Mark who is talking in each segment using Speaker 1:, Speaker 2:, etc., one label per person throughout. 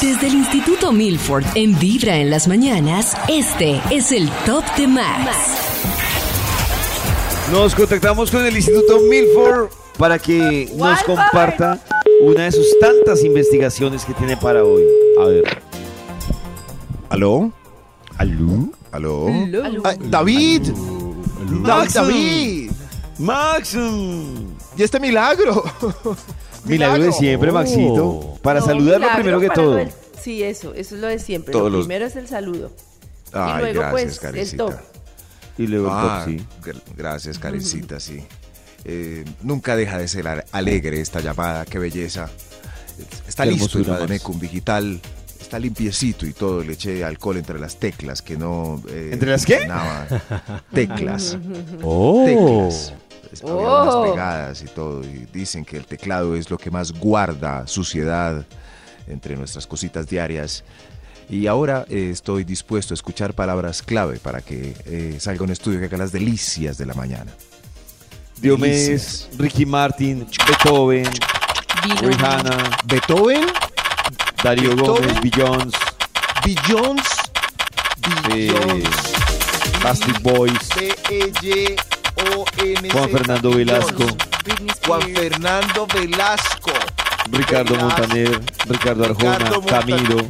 Speaker 1: Desde el Instituto Milford, en Vibra en las mañanas, este es el Top de Max.
Speaker 2: Nos contactamos con el Instituto Milford para que nos comparta una de sus tantas investigaciones que tiene para hoy. A ver. ¿Aló? ¿Aló? ¿Aló? Ay, ¡David! Da- ¡David!
Speaker 3: Maxum.
Speaker 4: Y este milagro.
Speaker 2: Milagro de siempre, Maxito. Para
Speaker 5: Oh. No,
Speaker 2: saludarlo
Speaker 5: milagro,
Speaker 2: primero que
Speaker 5: para
Speaker 2: todo.
Speaker 5: lo del- sí, eso, eso es lo de siempre.
Speaker 2: Todos
Speaker 5: lo
Speaker 2: los-
Speaker 5: primero es el saludo.
Speaker 3: Ay,
Speaker 5: luego,
Speaker 3: gracias,
Speaker 5: pues, el
Speaker 3: Karencita.
Speaker 5: top.
Speaker 2: Y luego el
Speaker 3: Ah,
Speaker 2: top, sí.
Speaker 3: gr- Gracias, Karencita, sí. Eh, nunca deja de ser ale- alegre esta llamada, qué belleza. Está
Speaker 2: Qué
Speaker 3: listo el
Speaker 2: hermosura, Max.
Speaker 3: Bademecum digital, está limpiecito y todo, le eché alcohol entre las teclas que no... eh,
Speaker 2: ¿Entre las qué?
Speaker 3: funcionaba. Teclas.
Speaker 6: Oh.
Speaker 3: teclas. Es- había unas
Speaker 5: Oh.
Speaker 3: pegadas y todo. Y dicen que el teclado es lo que más guarda suciedad entre nuestras cositas diarias. Y ahora eh, estoy dispuesto a escuchar palabras clave para que eh, salga un estudio que haga las delicias de la mañana.
Speaker 2: Diomedes,
Speaker 3: Delicias.
Speaker 2: Ricky Martin, Beethoven, Rihanna,
Speaker 4: Beethoven,
Speaker 2: Darío
Speaker 4: Beethoven.
Speaker 2: Gómez, Billions,
Speaker 4: Billions,
Speaker 2: eh,
Speaker 4: Billions,
Speaker 2: Bastard Boys,
Speaker 4: B-E-Y-O-N.
Speaker 2: Juan Fernando Velasco,
Speaker 4: Juan Fernando Velasco.
Speaker 2: Ricardo
Speaker 4: Velasco.
Speaker 2: Montaner, Ricardo Arjona,
Speaker 4: Ricardo Montaner.
Speaker 2: Camilo.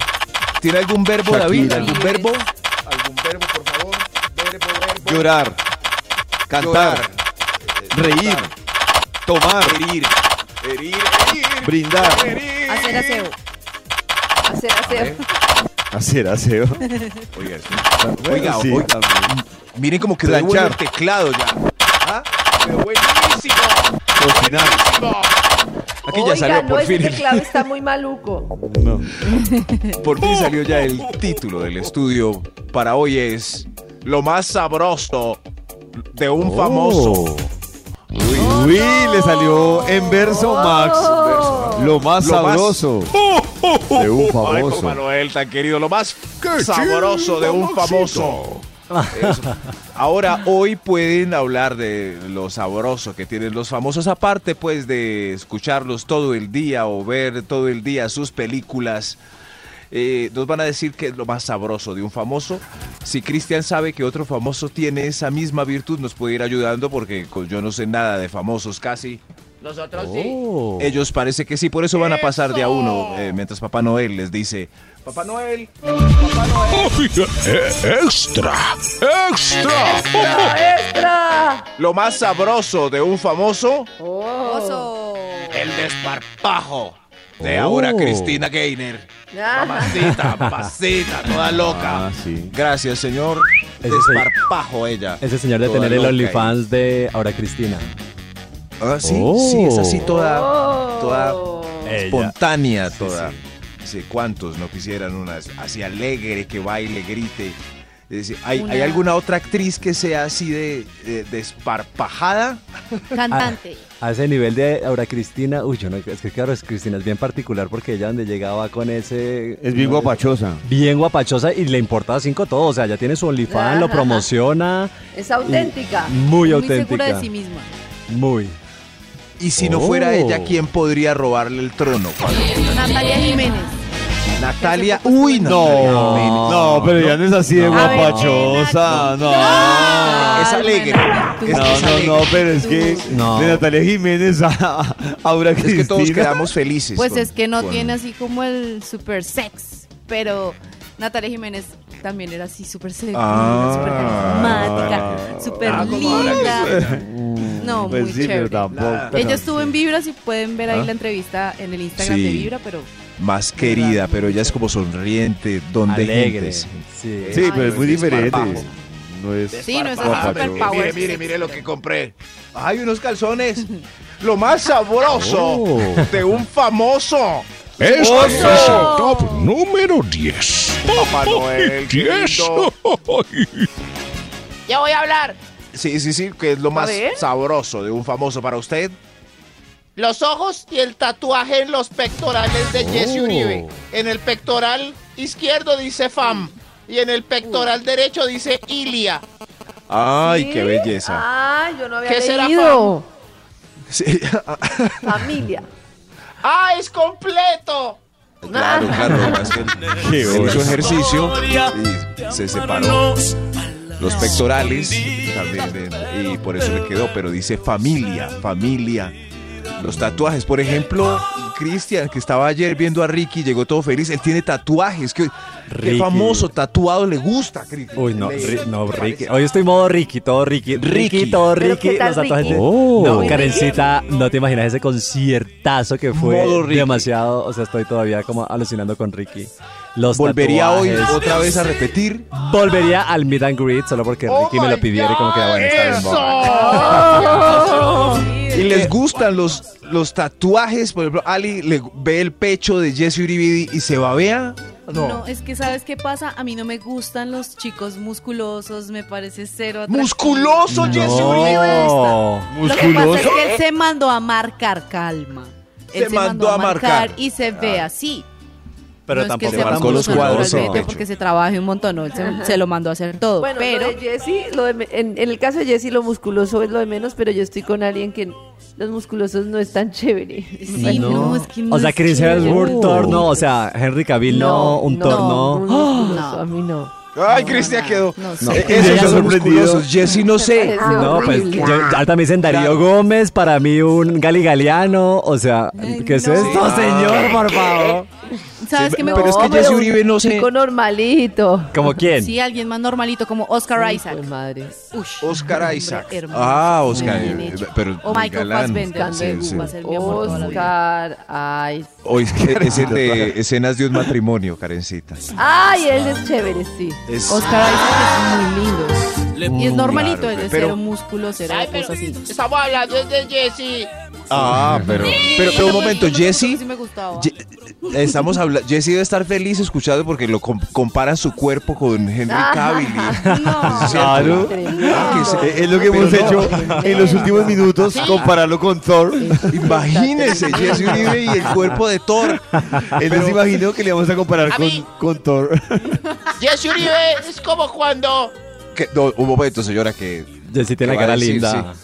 Speaker 3: ¿Tiene algún verbo,
Speaker 2: Shakira.
Speaker 3: David? ¿Algún verbo?
Speaker 4: ¿Algún verbo, por favor? Verbo, verbo.
Speaker 2: Llorar. Cantar.
Speaker 4: Llorar.
Speaker 2: Reír. Tomar.
Speaker 4: Herir. Herir. Herir.
Speaker 2: Brindar.
Speaker 5: Hacer aseo. Hacer aseo.
Speaker 2: Hacer aseo.
Speaker 3: Oiga, eso.
Speaker 2: Bueno, sí,
Speaker 3: oiga.
Speaker 2: también.
Speaker 3: Miren como quedó de bueno el
Speaker 2: Planchar.
Speaker 3: teclado ya.
Speaker 4: ¿Ah? Pero buenísimo.
Speaker 2: Cocinar.
Speaker 4: Buenísimo.
Speaker 3: Aquí
Speaker 5: Oiga,
Speaker 3: ya salió por
Speaker 5: no,
Speaker 3: fin.
Speaker 5: ese
Speaker 3: el-
Speaker 5: teclado está muy maluco.
Speaker 2: No.
Speaker 3: Por fin
Speaker 2: Oh.
Speaker 3: salió ya el título del estudio. Para hoy es Lo más sabroso de un
Speaker 2: Oh.
Speaker 3: famoso.
Speaker 2: Uy, le salió en verso Max. Lo más
Speaker 3: Lo más-
Speaker 2: sabroso de un
Speaker 3: Ay, por
Speaker 2: famoso.
Speaker 3: Manuel, tan querido, lo más sabroso de un famoso. Eso. Ahora, hoy pueden hablar de lo sabroso que tienen los famosos, aparte pues de escucharlos todo el día o ver todo el día sus películas. eh, nos van a decir que es lo más sabroso de un famoso. Si Cristian sabe que otro famoso tiene esa misma virtud, nos puede ir ayudando porque con- yo no sé nada de famosos casi.
Speaker 6: Oh.
Speaker 3: Ellos parece que sí, por eso van a pasar de a uno, eh, mientras Papá Noel les dice, Papá Noel,
Speaker 5: ¡Extra, extra!
Speaker 3: lo más sabroso de un famoso,
Speaker 5: ¡Oso!
Speaker 3: el desparpajo de
Speaker 2: Oh.
Speaker 3: ahora Cristina Gainer. Mamacita, mamacita, toda loca.
Speaker 2: Ah, sí.
Speaker 3: Gracias, señor.
Speaker 6: Ese es el-
Speaker 3: Desparpajo ella.
Speaker 6: Ese señor de
Speaker 3: Toda
Speaker 6: tener el
Speaker 3: loca eh. ahí.
Speaker 6: OnlyFans de ahora Cristina.
Speaker 3: Ah, sí,
Speaker 6: Oh.
Speaker 3: sí, es así toda toda-
Speaker 6: Ella.
Speaker 3: espontánea, toda. Sí, ¿Cuántos no quisieran una así alegre, que baile, grite? Es decir, ¿hay, hay alguna otra actriz que sea así de, de- desparpajada?
Speaker 7: Cantante.
Speaker 6: A ese nivel de ahora Cristina, uy, yo no, es que claro, es Cristina es bien particular porque ella donde llegaba con ese...
Speaker 2: Es bien guapachosa.
Speaker 6: Bien guapachosa y le importaba cinco todo, o sea, ya tiene su OnlyFans, lo
Speaker 5: Ajá.
Speaker 6: promociona.
Speaker 5: Es auténtica.
Speaker 3: Mm.
Speaker 7: muy
Speaker 6: Muy
Speaker 7: segura
Speaker 6: auténtica.
Speaker 7: de sí misma.
Speaker 6: Muy.
Speaker 3: Y si no fuera
Speaker 6: Oh.
Speaker 3: ella, ¿quién podría robarle el trono?
Speaker 7: Natalia Jiménez.
Speaker 3: Natalia. Uy,
Speaker 2: No, no, pero ya no es así de
Speaker 5: A ver,
Speaker 2: guapachosa. No.
Speaker 3: Ah, Es alegre. Es, que
Speaker 2: No,
Speaker 3: es
Speaker 2: no,
Speaker 3: alegre.
Speaker 2: no, pero es que
Speaker 6: No.
Speaker 2: de Natalia Jiménez a Aura
Speaker 3: Es que todos
Speaker 2: Cristina.
Speaker 3: quedamos felices.
Speaker 7: Pues
Speaker 3: con-
Speaker 7: es que no
Speaker 3: con-
Speaker 7: tiene así como el super sex, pero Natalia Jiménez también era así super sexy,
Speaker 3: Ah.
Speaker 7: super carismática, super
Speaker 3: Ah, como ahora
Speaker 7: linda. No,
Speaker 2: Pues
Speaker 7: muy
Speaker 2: sí, pero
Speaker 7: chévere.
Speaker 2: tampoco.
Speaker 7: Ella estuvo en Vibra, si pueden ver ahí
Speaker 3: ¿Ah?
Speaker 7: la entrevista en el Instagram
Speaker 3: Sí.
Speaker 7: de Vibra, pero
Speaker 3: Más querida, pero ella es como sonriente, donde
Speaker 6: Alegre.
Speaker 3: gentes.
Speaker 6: Sí.
Speaker 2: Sí, pero es muy
Speaker 3: Ay, es
Speaker 2: diferente.
Speaker 3: desparpajo.
Speaker 2: No es
Speaker 7: Sí, no es así,
Speaker 2: guapachosa.
Speaker 7: super power.
Speaker 3: Mire, mire, mire lo que compré. Hay unos calzones. Lo más sabroso de un famoso.
Speaker 8: Este es el
Speaker 7: ¡Oso!
Speaker 3: Oh,
Speaker 8: top número 10.
Speaker 3: Papá Noel. qué lindo.
Speaker 7: Ya voy a hablar.
Speaker 3: Sí, sí, sí, que es lo más
Speaker 5: ver.
Speaker 3: sabroso de un famoso para usted.
Speaker 8: Los ojos y el tatuaje en los pectorales de Jesse Uribe. En el pectoral izquierdo dice FAM. Y en el pectoral derecho dice Ilia.
Speaker 3: Ay,
Speaker 5: ¿Sí?
Speaker 3: qué belleza.
Speaker 5: Ah, yo no había
Speaker 8: ¿Qué será,
Speaker 5: leído.
Speaker 3: Sí,
Speaker 5: Familia.
Speaker 8: ¡Ah, es completo!
Speaker 3: claro, claro. Es que él él hizo ejercicio y se separó los pectorales también, de- y por eso le quedó, pero dice familia, familia. Los tatuajes, por ejemplo, Cristian, que estaba ayer viendo a Ricky, llegó todo feliz, él tiene tatuajes. Qué, qué
Speaker 6: Ricky.
Speaker 3: famoso tatuado le gusta, Cristian.
Speaker 6: Uy, no,
Speaker 3: Le-
Speaker 6: Ri- no,
Speaker 3: ¿te
Speaker 6: Ricky.
Speaker 3: parece?
Speaker 6: Hoy estoy modo Ricky, todo Ricky. Ricky, todo
Speaker 5: ¿Pero
Speaker 6: Ricky.
Speaker 5: qué tal
Speaker 6: los tatuajes
Speaker 5: Ricky?
Speaker 6: de-
Speaker 2: Oh.
Speaker 6: No,
Speaker 5: Muy
Speaker 6: Karencita, no te imaginas ese conciertazo que fue
Speaker 3: Modo Ricky.
Speaker 6: demasiado. O sea, estoy todavía como alucinando con Ricky. Los
Speaker 3: Volvería hoy
Speaker 6: tatuajes.
Speaker 3: otra vez a repetir.
Speaker 6: Volvería al meet and greet solo porque
Speaker 8: Oh
Speaker 6: Ricky me lo
Speaker 8: my
Speaker 6: pidiera y como que
Speaker 8: God,
Speaker 6: bueno, está bien. vamos.
Speaker 5: Ah,
Speaker 3: Y les gustan los, los tatuajes. Por ejemplo, Ali le ve el pecho de Jesse Uribe y se babea.
Speaker 7: No. es que sabes qué pasa, a mí no me gustan los chicos musculosos, me parece cero atractivo.
Speaker 3: ¡Musculoso, Jesse Uribe!
Speaker 7: Lo que pasa es que él se mandó a marcar calma. Él
Speaker 3: Se mandó a marcar. Ah.
Speaker 7: y se ve así. No
Speaker 6: Pero
Speaker 7: es que
Speaker 6: tampoco
Speaker 7: sea
Speaker 3: marcó
Speaker 7: famoso
Speaker 3: los cuadros en el
Speaker 7: naturalmente,
Speaker 3: pecho.
Speaker 7: porque se trabaje un montón, ¿no? Él se, se lo mandó a hacer todo.
Speaker 5: Bueno,
Speaker 7: pero
Speaker 5: lo de Jessy, lo de me- en, en el caso de Jessy, lo musculoso es lo de menos, pero yo estoy con alguien que los musculosos no es tan chévere.
Speaker 7: sí, no. es que no
Speaker 6: o sea,
Speaker 7: es
Speaker 6: Chris
Speaker 7: que-
Speaker 6: Hemsworth, torno. O sea, Henry Cavill, no, un torno.
Speaker 5: un
Speaker 7: ¡Ah!
Speaker 5: musculoso,
Speaker 7: No.
Speaker 5: A mí no.
Speaker 3: Ay,
Speaker 7: No,
Speaker 3: Cristian
Speaker 7: no,
Speaker 3: quedó.
Speaker 7: no sé.
Speaker 6: No.
Speaker 3: Eh,
Speaker 6: Yo ya
Speaker 3: Esos son
Speaker 6: sorprendido.
Speaker 3: musculosos. Jesse no sé.
Speaker 8: Ah,
Speaker 5: Parece
Speaker 6: No, pues
Speaker 5: horrible.
Speaker 6: yo, yo- también dicen Darío
Speaker 3: Claro.
Speaker 6: Gómez, para mí un galigaliano, o sea,
Speaker 7: Ay,
Speaker 6: ¿qué es
Speaker 7: no.
Speaker 6: esto, señor, por favur?
Speaker 7: ¿Sabes qué me
Speaker 3: Pero es que
Speaker 7: gusta?
Speaker 3: Jesse Uribe no sé.
Speaker 5: Chico normalito.
Speaker 6: ¿Como quién?
Speaker 7: Sí, alguien más normalito como Oscar Isaac.
Speaker 5: Hijo de madre.
Speaker 7: Ush.
Speaker 3: Oscar
Speaker 7: Hombre,
Speaker 3: Isaac.
Speaker 7: hermoso.
Speaker 3: Ah, Oscar.
Speaker 7: Muy bien hecho.
Speaker 3: Pero
Speaker 7: O
Speaker 3: muy
Speaker 7: Michael
Speaker 3: galán.
Speaker 7: Fassbender.
Speaker 3: Sí, sí.
Speaker 7: Va a ser mi amor toda la vida.
Speaker 5: Oscar Isaac.
Speaker 3: Hoy es, que pues, es el de escenas de un matrimonio, Karencita.
Speaker 5: Ay, él es chévere, sí.
Speaker 3: Es-
Speaker 7: Oscar Isaac es muy lindo. Y es normalito,
Speaker 3: claro,
Speaker 7: es de
Speaker 3: pero-
Speaker 7: cero músculo, cero
Speaker 8: Ay, pero
Speaker 7: cosas así.
Speaker 8: estamos hablando es de Jesse.
Speaker 3: Ah, pero, pero, pero pues, un momento, Jesse.
Speaker 7: Sí me gustaba.
Speaker 3: Ye- Estamos hablando, Jesse debe estar feliz escuchando porque lo com- comparan su cuerpo con Henry
Speaker 8: Ah.
Speaker 3: Cavill. y-
Speaker 7: No.
Speaker 3: ¿Es cierto?
Speaker 2: Claro.
Speaker 3: Ah, que se-
Speaker 2: Es lo que hemos
Speaker 3: Pero no.
Speaker 2: hecho en los últimos minutos, compararlo con Thor.
Speaker 3: Imagínense, Jesse Uribe y el cuerpo de Thor.
Speaker 2: Él no se imaginó que le vamos a comparar
Speaker 8: A
Speaker 2: con,
Speaker 8: mí.
Speaker 2: con Thor.
Speaker 8: Jesse Uribe es como cuando,
Speaker 3: Que- no, un momento, señora, que.
Speaker 6: Jessy tiene la
Speaker 3: ¿Qué va a
Speaker 6: cara
Speaker 3: decir?
Speaker 6: linda.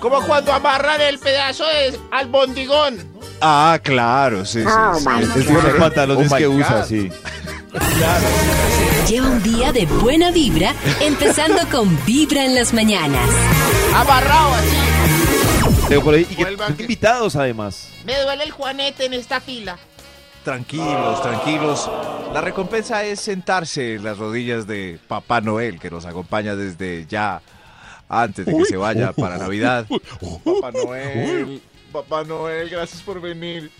Speaker 8: como cuando amarran el pedazo de, al bondigón.
Speaker 3: Ah, claro, sí, sí.
Speaker 8: Ah,
Speaker 3: sí.
Speaker 2: Es por los Este pantalones
Speaker 3: Oh my
Speaker 2: que usa,
Speaker 3: God.
Speaker 2: sí.
Speaker 1: Lleva un día de buena vibra, empezando con Vibra en las mañanas.
Speaker 8: Amarrado así.
Speaker 2: Tengo por ahí. Y que-
Speaker 8: Vuelvan que-
Speaker 2: invitados, además.
Speaker 8: Me duele el juanete en esta fila.
Speaker 3: Tranquilos, tranquilos. La recompensa es sentarse en las rodillas de Papá Noel, que nos acompaña desde ya antes de que se vaya para Navidad. Papá Noel, Papá Noel, gracias por venir.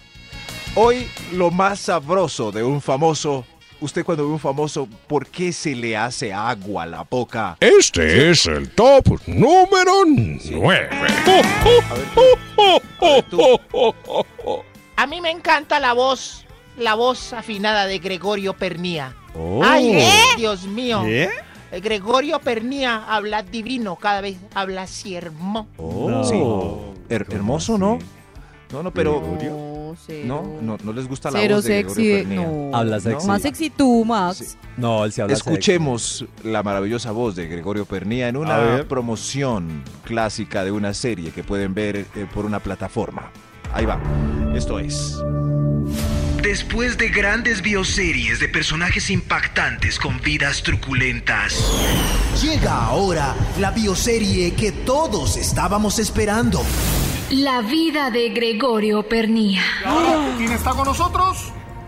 Speaker 3: Hoy lo más sabroso de un famoso. Usted cuando ve un famoso, ¿por qué se le hace agua a la boca?
Speaker 9: Este es el top número 9.
Speaker 8: A mí me encanta la voz, la voz afinada de Gregorio Pernía.
Speaker 2: Oh.
Speaker 8: Ay, eh, Dios mío.
Speaker 2: ¿Qué?
Speaker 8: Eh, Gregorio Pernía habla divino, cada vez habla así hermoso.
Speaker 3: Oh, sí. Her- hermoso, ¿no? No, no, pero
Speaker 7: No, cero.
Speaker 3: no, no, no les gusta la
Speaker 7: Cero
Speaker 3: voz de
Speaker 7: sexy.
Speaker 3: Gregorio
Speaker 7: de-
Speaker 3: Pernía.
Speaker 7: No.
Speaker 6: Habla sexy.
Speaker 7: Más sexy tú, Max.
Speaker 3: Sí.
Speaker 6: No, él se habla sexy.
Speaker 3: Escuchemos la maravillosa voz de Gregorio Pernía en
Speaker 2: A
Speaker 3: una
Speaker 2: ver.
Speaker 3: promoción clásica de una serie que pueden ver eh, por una plataforma. Ahí va. Esto es.
Speaker 10: Después de grandes bioseries de personajes impactantes con vidas truculentas, llega ahora la bioserie que todos estábamos esperando.
Speaker 11: La vida de Gregorio Pernía.
Speaker 10: ¿Quién está con nosotros?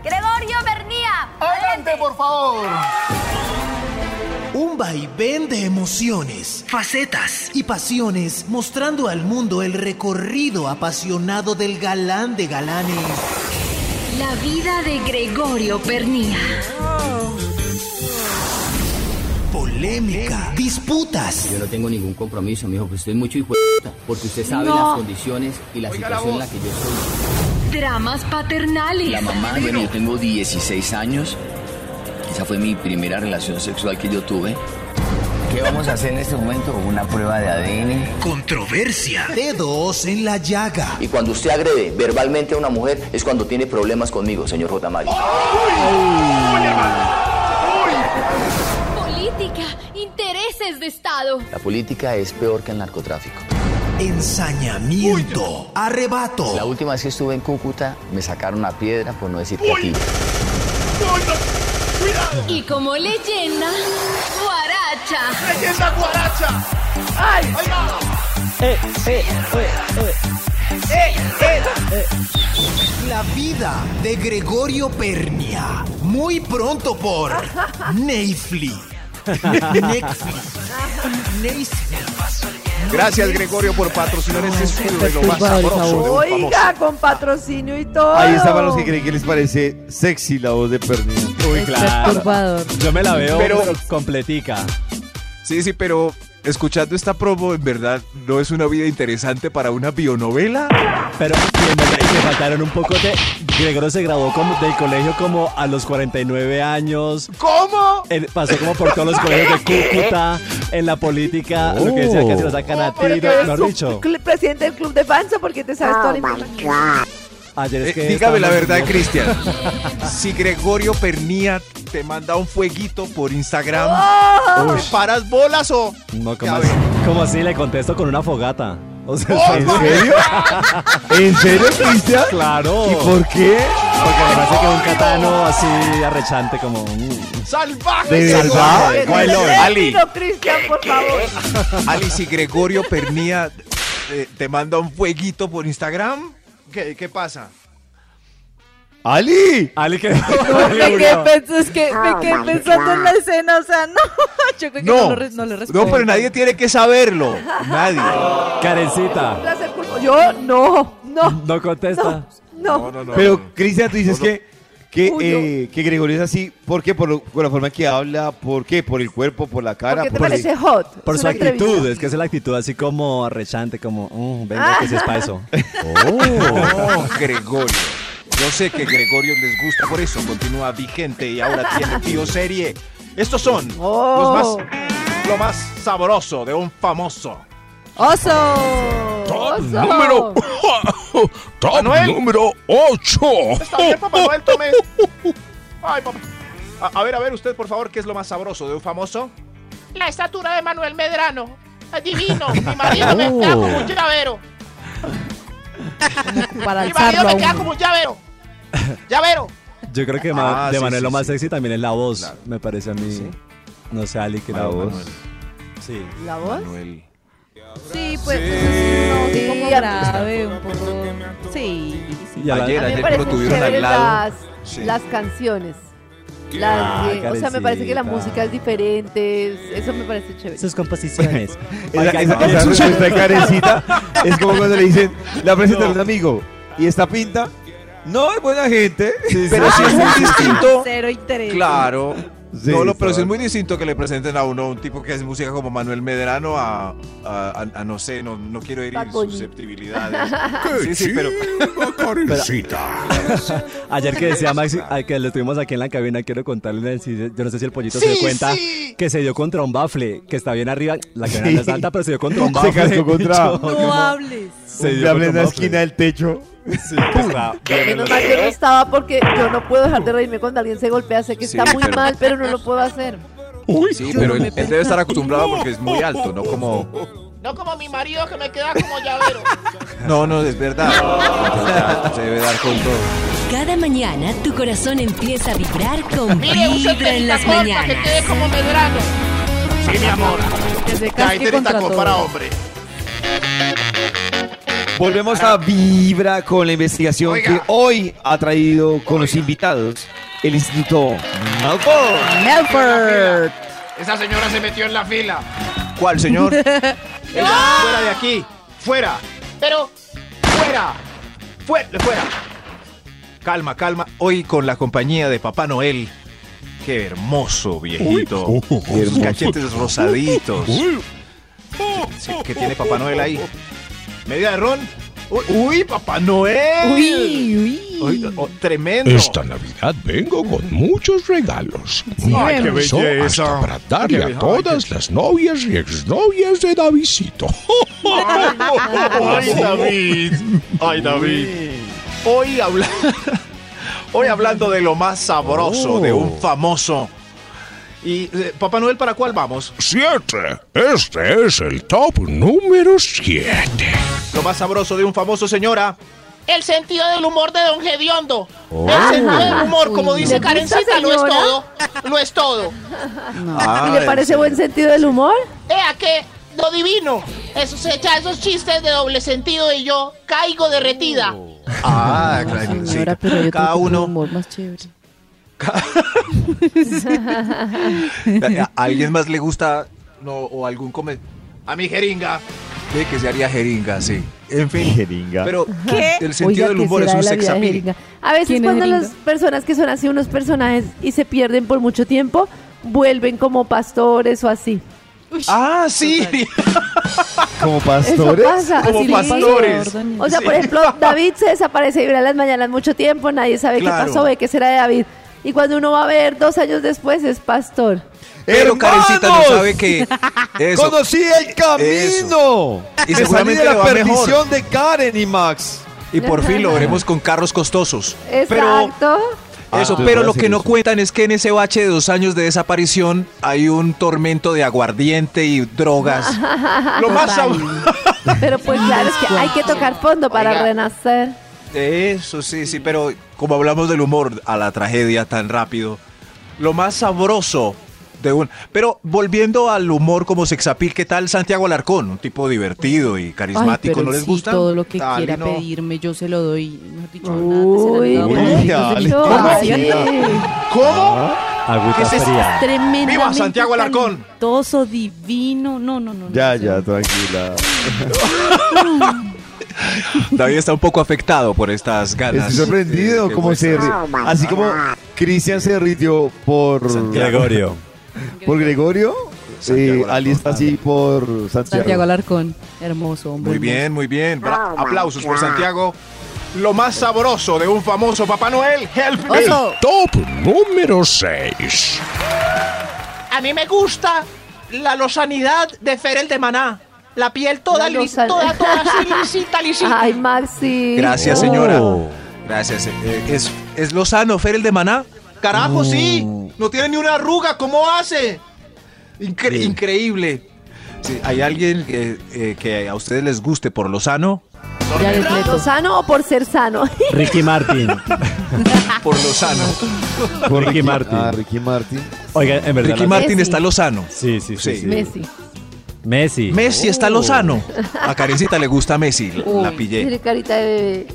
Speaker 11: Gregorio Pernía.
Speaker 10: Adelante, por favor. Un vaivén de emociones, facetas y pasiones, mostrando al mundo el recorrido apasionado del galán de galanes.
Speaker 11: La vida de Gregorio Pernía.
Speaker 10: Polémica, disputas,
Speaker 12: Yo no tengo ningún compromiso, mijo, pues usted es mucho hijo de puta, porque usted sabe
Speaker 11: No.
Speaker 12: las condiciones y la situación en la que yo estoy.
Speaker 11: Dramas paternales.
Speaker 12: La mamá, bueno, yo tengo 16 años, esa fue mi primera relación sexual que yo tuve.
Speaker 13: ¿Qué vamos a hacer en este momento? Una prueba de ADN.
Speaker 10: Controversia. Dedos en la llaga.
Speaker 13: Y cuando usted agrede verbalmente a una mujer es cuando tiene problemas conmigo, señor J. Mario.
Speaker 11: Política, intereses de Estado.
Speaker 13: La política es peor que el narcotráfico.
Speaker 10: Ensañamiento. Arrebato.
Speaker 13: La última vez que estuve en Cúcuta me sacaron una piedra por no decir platillo.
Speaker 11: Y como leyenda, guaracha.
Speaker 8: ¡Leyenda guaracha! ¡Ay! ¡Oiga!
Speaker 10: La vida de Gregorio Pernia. Muy pronto por Netflix. Netflix. Netflix.
Speaker 3: Gracias, Gregorio, por patrocinar este estudio de lo más
Speaker 5: Ay,
Speaker 3: sabroso de un
Speaker 5: Oiga, con patrocinio y todo.
Speaker 2: Ahí está para los que creen que les parece sexy la voz de Pernilla.
Speaker 5: Es perturbador.
Speaker 6: Yo me la veo
Speaker 3: Pero-
Speaker 6: pero completica.
Speaker 3: Sí, sí, pero escuchando esta promo, en verdad, ¿no es una vida interesante para una bionovela?
Speaker 6: Pero y en verdad que me faltaron un poco de... Gregorio se graduó como, del colegio como a los 49 años.
Speaker 8: ¿Cómo?
Speaker 6: Él pasó como por todos los colegios de Cúcuta, en la política, lo que decía que se lo sacan a
Speaker 5: Pero
Speaker 6: tiro,
Speaker 5: tú eres
Speaker 6: mejor
Speaker 5: un
Speaker 6: dicho.
Speaker 5: cl- presidente del club de fans ¿o porque te sabes
Speaker 7: Ah,
Speaker 5: todo
Speaker 6: Ayer es que
Speaker 3: Eh, dígame la
Speaker 6: estábamos
Speaker 3: verdad,
Speaker 6: viendo-
Speaker 3: Cristian. si Gregorio Pernía te manda un fueguito por Instagram,
Speaker 8: ¡Oh!
Speaker 3: ¿te paras bolas o...?
Speaker 6: No, como así, como así le contesto con una fogata. O sea,
Speaker 3: ¡Oh,
Speaker 6: sí,
Speaker 3: my
Speaker 6: sí.
Speaker 2: ¿En serio, Cristian?
Speaker 6: Claro.
Speaker 2: ¿Y por qué?
Speaker 6: Porque me parece que un catano así arrechante como... mm.
Speaker 8: ¡Salvaje!
Speaker 6: ¿De
Speaker 8: Gregorio!
Speaker 6: verdad? Guaylón.
Speaker 3: Ali.
Speaker 5: No, Cristian, por favor.
Speaker 3: Ali, si Gregorio Pernía eh, te manda un fueguito por Instagram, ¿qué, qué pasa?
Speaker 2: ¡Ali!
Speaker 6: Ali que...
Speaker 7: No, me
Speaker 6: Ali
Speaker 7: quedé,
Speaker 6: murió.
Speaker 7: pens- es que me quedé pensando en la escena, o sea, no. Yo creo que no,
Speaker 3: No,
Speaker 7: lo re- no le respondo.
Speaker 3: no, pero nadie tiene que saberlo. Nadie.
Speaker 6: Karencita,
Speaker 5: Placer culpo- Yo no, no,
Speaker 6: no contesta.
Speaker 5: no.
Speaker 2: Pero, Cristian, tú dices que,
Speaker 5: Uy,
Speaker 2: que,
Speaker 5: no.
Speaker 2: eh, que Gregorio es así. ¿Por qué? Por, lo- por la forma en que habla. ¿Por qué? Por el cuerpo, por la cara.
Speaker 5: Porque te
Speaker 2: por-
Speaker 5: parece hot.
Speaker 6: Por
Speaker 5: Es
Speaker 6: su
Speaker 5: una
Speaker 6: actitud,
Speaker 5: entrevista. Ah.
Speaker 6: es que es la actitud así como arrechante, como, "Mm, venga, que si es pa' eso.
Speaker 3: Oh, Gregorio. Yo sé que Gregorio les gusta, por eso continúa vigente y ahora tiene tío serie. Estos son
Speaker 5: Oh.
Speaker 3: los más, lo más sabroso de un famoso.
Speaker 7: ¡Oso!
Speaker 9: Top
Speaker 7: ¡Oso!
Speaker 9: número. Top
Speaker 3: Manuel.
Speaker 9: número 8.
Speaker 3: Está bien, papá Noel, tome. Ay, papá. A, a ver, a ver, usted, por favor, ¿qué es lo más sabroso de un famoso?
Speaker 8: La estatura de Manuel Medrano. Es divino. Mi marido me
Speaker 6: Uh.
Speaker 8: queda como un llavero.
Speaker 7: Para
Speaker 8: Mi marido
Speaker 7: alzarlo a
Speaker 8: me queda
Speaker 7: uno.
Speaker 8: como un llavero. Llavero.
Speaker 6: Yo creo que ma-
Speaker 3: Ah,
Speaker 6: de
Speaker 3: sí,
Speaker 6: Manuel
Speaker 3: sí,
Speaker 6: lo más
Speaker 3: sí.
Speaker 6: sexy también es la voz, me parece a mí. No sé, Ali, que la
Speaker 2: Manuel.
Speaker 6: voz. Sí.
Speaker 7: ¿La voz?
Speaker 3: Manuel.
Speaker 7: Sí, pues. No, sí, un poco grave, un poco. Sí. sí.
Speaker 6: Y a la-
Speaker 3: Ayer,
Speaker 5: A mí me
Speaker 3: ayer que lo
Speaker 5: parecen
Speaker 3: tuvieron
Speaker 5: chéveres
Speaker 3: al lado.
Speaker 5: las,
Speaker 3: Sí.
Speaker 5: las canciones. Las
Speaker 6: Ah,
Speaker 5: de- o sea, me parece que la
Speaker 6: Karencita.
Speaker 5: música es diferente. es- Eso me parece chévere.
Speaker 6: Sus composiciones.
Speaker 2: Esa,
Speaker 6: Oiga,
Speaker 2: esa-
Speaker 6: no,
Speaker 2: esa
Speaker 6: no,
Speaker 2: respuesta de Karencita es como cuando le dicen, la presenta un amigo y esta pinta no es buena gente.
Speaker 3: Pero sí es muy distinto.
Speaker 7: Cero y tres.
Speaker 3: Claro.
Speaker 2: Sí,
Speaker 3: no, lo- pero
Speaker 2: estaba-
Speaker 3: sí es muy distinto que le presenten a uno un tipo que hace música como Manuel Medrano a, a, a- a no sé, no, no quiero herir
Speaker 5: Bad Bunny.
Speaker 3: susceptibilidades.
Speaker 9: ¡Qué
Speaker 3: Sí, sí, pero
Speaker 9: chimba, Karencita!
Speaker 6: Ayer que decía Maxi, a que lo tuvimos aquí en la cabina, quiero contarle, si- yo no sé si el pollito se dio
Speaker 8: Sí,
Speaker 6: cuenta,
Speaker 8: sí.
Speaker 6: que se dio contra un bafle, que está bien arriba, la cabina no es
Speaker 2: Sí.
Speaker 6: alta, pero se dio contra un
Speaker 2: Se
Speaker 6: bafle.
Speaker 2: cascó contra-
Speaker 6: Yo,
Speaker 7: No
Speaker 6: como-
Speaker 7: hables.
Speaker 6: se
Speaker 2: Un
Speaker 6: dio
Speaker 2: diablo
Speaker 6: contra
Speaker 2: en
Speaker 6: un
Speaker 2: la
Speaker 6: bafle.
Speaker 2: esquina del techo.
Speaker 6: Sí, que está bien
Speaker 5: Menos mal que no estaba porque yo no puedo dejar de reírme cuando alguien se golpea. Sé que
Speaker 3: Sí,
Speaker 5: está muy
Speaker 3: pero-
Speaker 5: mal, pero no lo puedo hacer.
Speaker 3: sí, pero él, él debe estar acostumbrado porque es muy alto, ¿no? Como.
Speaker 8: No como mi marido que me queda como llavero.
Speaker 3: No, no, es verdad. Se debe dar con todo.
Speaker 1: Cada mañana tu corazón empieza a vibrar con
Speaker 8: Mire, usa el
Speaker 1: vibra en las
Speaker 8: Teletacol para que
Speaker 1: mañanas.
Speaker 8: quede como Medrano. Sí, mi amor.
Speaker 7: Que se casque contra todo.
Speaker 8: hombre.
Speaker 2: Volvemos a Vibra con la investigación que hoy ha traído con los invitados el Instituto Malfoy.
Speaker 7: Melford.
Speaker 8: Esa señora se metió en la fila.
Speaker 3: ¿Cuál, señor? Fuera de aquí. Fuera.
Speaker 8: Pero
Speaker 3: Fuera. Fuera. Fuera. Calma, calma. Hoy con la compañía de Papá Noel. Qué hermoso viejito.
Speaker 9: Uy.
Speaker 3: Qué hermoso. cachetes rosaditos.
Speaker 9: Uy.
Speaker 3: Sí, que tiene Papá Noel ahí. Media de ron, Uy, Papá Noel.
Speaker 7: Uy, uy.
Speaker 3: Uy, oh, tremendo.
Speaker 9: Esta Navidad vengo con muchos regalos.
Speaker 3: Sí, Ay, qué
Speaker 9: Incluso
Speaker 3: belleza.
Speaker 9: Hasta para darle
Speaker 3: Qué
Speaker 9: a
Speaker 3: belleza.
Speaker 9: todas las novias y exnovias de Davidito.
Speaker 3: Ay, David. Ay, David. Hoy, habla... Hoy hablando de lo más sabroso
Speaker 9: Oh.
Speaker 3: de un famoso. Y eh, Papá Noel, ¿para cuál vamos?
Speaker 9: 7. Este es el top número 7.
Speaker 3: Lo más sabroso de un famoso, señora.
Speaker 8: El sentido del humor de Don Gediondo.
Speaker 3: Oh.
Speaker 8: El sentido del humor, como
Speaker 5: Uy.
Speaker 8: dice
Speaker 5: ¿Le gusta,
Speaker 8: Karencita, lo es
Speaker 5: señora?
Speaker 8: todo. Lo es todo.
Speaker 5: ¿Y le parece buen sentido del humor?
Speaker 8: Vea que lo divino. Eso se echa esos chistes de doble sentido y yo caigo derretida.
Speaker 13: Oh.
Speaker 3: Ah, claro. sí.
Speaker 7: Señora, pero yo
Speaker 3: Cada
Speaker 7: tengo un
Speaker 3: uno.
Speaker 7: humor más chévere.
Speaker 3: ¿A a alguien más le gusta no, o algún come? A mi jeringa. De que se haría jeringa, sí. En fin.
Speaker 2: Jeringa.
Speaker 3: Pero
Speaker 5: ¿Qué?
Speaker 3: el sentido
Speaker 5: Oiga,
Speaker 3: del
Speaker 5: ¿qué
Speaker 3: humor es
Speaker 5: será
Speaker 3: un
Speaker 5: de la vida
Speaker 3: sex
Speaker 5: de
Speaker 3: appeal.
Speaker 5: Jeringa? A veces
Speaker 7: ¿Quién es
Speaker 5: cuando
Speaker 7: Jeringa?
Speaker 5: las personas que son así unos personajes y se pierden por mucho tiempo, vuelven como pastores o así.
Speaker 3: Ah, sí.
Speaker 2: Como
Speaker 5: Eso
Speaker 2: pastores.
Speaker 5: pasa.
Speaker 3: Como
Speaker 5: así le pasa.
Speaker 3: pastores.
Speaker 5: O sea, por ejemplo, David se desaparece y verá las mañanas mucho tiempo, nadie sabe
Speaker 3: Claro.
Speaker 5: qué pasó, ve qué será de David. Y cuando uno va a ver dos años después es pastor.
Speaker 3: Pero Karencita no
Speaker 2: ¡Hermanos!
Speaker 3: sabe que eso.
Speaker 2: ¡Conocí el camino!
Speaker 3: Y
Speaker 2: Y
Speaker 3: seguramente
Speaker 2: de
Speaker 3: le
Speaker 2: la
Speaker 3: va
Speaker 2: perdición de Karen y Max.
Speaker 3: Y por fin lo veremos con carros costosos. Pero
Speaker 5: Exacto.
Speaker 3: eso,
Speaker 2: Ah,
Speaker 3: pero
Speaker 2: te
Speaker 3: lo
Speaker 2: voy a
Speaker 3: que no
Speaker 2: decir
Speaker 3: cuentan es que en ese bache de dos años de desaparición hay un tormento de aguardiente y drogas. Lo más sab-
Speaker 5: Pero pues claro, es que hay que tocar fondo para
Speaker 8: Oiga.
Speaker 5: renacer.
Speaker 3: Eso sí, sí, pero como hablamos del humor a la tragedia tan rápido, lo más sabroso de un. Pero volviendo al humor como sexapil, ¿qué tal Santiago Alarcón? Un tipo divertido y
Speaker 7: Ay,
Speaker 3: carismático,
Speaker 7: pero
Speaker 3: ¿no les
Speaker 7: sí,
Speaker 3: gusta?
Speaker 7: todo lo que
Speaker 3: Tal y
Speaker 7: quiera
Speaker 3: no.
Speaker 7: pedirme, yo se lo doy. Mejor dicho,
Speaker 5: Uy,
Speaker 7: nada, se lo doy.
Speaker 2: Oiga,
Speaker 7: Entonces,
Speaker 2: le-
Speaker 7: yo-
Speaker 2: ¿cómo?
Speaker 7: Ay,
Speaker 2: Sí.
Speaker 3: ¿Cómo? ¿Qué
Speaker 6: Agüita
Speaker 3: es esto?
Speaker 6: fría.
Speaker 7: Tremendamente
Speaker 3: ¡Viva Santiago Alarcón!
Speaker 7: talentoso, divino. No, no, no.
Speaker 2: Ya,
Speaker 7: no,
Speaker 2: ya, tranquila.
Speaker 3: David está un poco afectado por estas ganas.
Speaker 2: Estoy sorprendido
Speaker 3: Eh,
Speaker 2: como
Speaker 3: que
Speaker 2: se ri- Así como Cristian se rió por
Speaker 6: Gregorio.
Speaker 2: por Gregorio,
Speaker 3: Santiago
Speaker 2: eh,
Speaker 3: Alarcón.
Speaker 2: Ali está así por
Speaker 7: Santiago
Speaker 2: Santiago.
Speaker 7: Alarcón, hermoso hombre.
Speaker 3: Muy bien, muy bien. Bra- Aplausos por Santiago. Lo más sabroso de un famoso Papá Noel. Help me.
Speaker 9: El top número 6.
Speaker 8: A mí me gusta la losanidad de Ferel de Maná. La piel
Speaker 5: La
Speaker 8: toda, li-
Speaker 5: losan-
Speaker 8: toda, toda así, lisita, lisita.
Speaker 5: Ay, Maxi.
Speaker 3: Gracias,
Speaker 5: Oh.
Speaker 3: señora. Gracias. eh, ¿Es, es Lozano, Fer, el de Maná?
Speaker 8: Carajo, sí. No tiene ni una arruga. ¿Cómo hace?
Speaker 3: Incre- Increíble. Sí, ¿Hay alguien eh, eh, que a ustedes les guste por Lozano?
Speaker 7: Ya les
Speaker 5: ¿Por
Speaker 7: meto.
Speaker 5: sano o por ser sano?
Speaker 6: Ricky Martin.
Speaker 3: Por Lozano.
Speaker 6: Por Ricky Martin.
Speaker 2: Ah, Ricky Martin.
Speaker 6: Oiga, en verdad.
Speaker 3: Ricky
Speaker 6: la-
Speaker 3: Martin
Speaker 5: Messi.
Speaker 3: está Lozano.
Speaker 6: Sí, sí, sí.
Speaker 3: Sí.
Speaker 6: sí.
Speaker 5: Messi.
Speaker 6: Messi.
Speaker 3: Messi está Lozano. A Karencita le gusta Messi. La
Speaker 7: Uy,
Speaker 3: pillé.
Speaker 5: Tiene carita de bebé.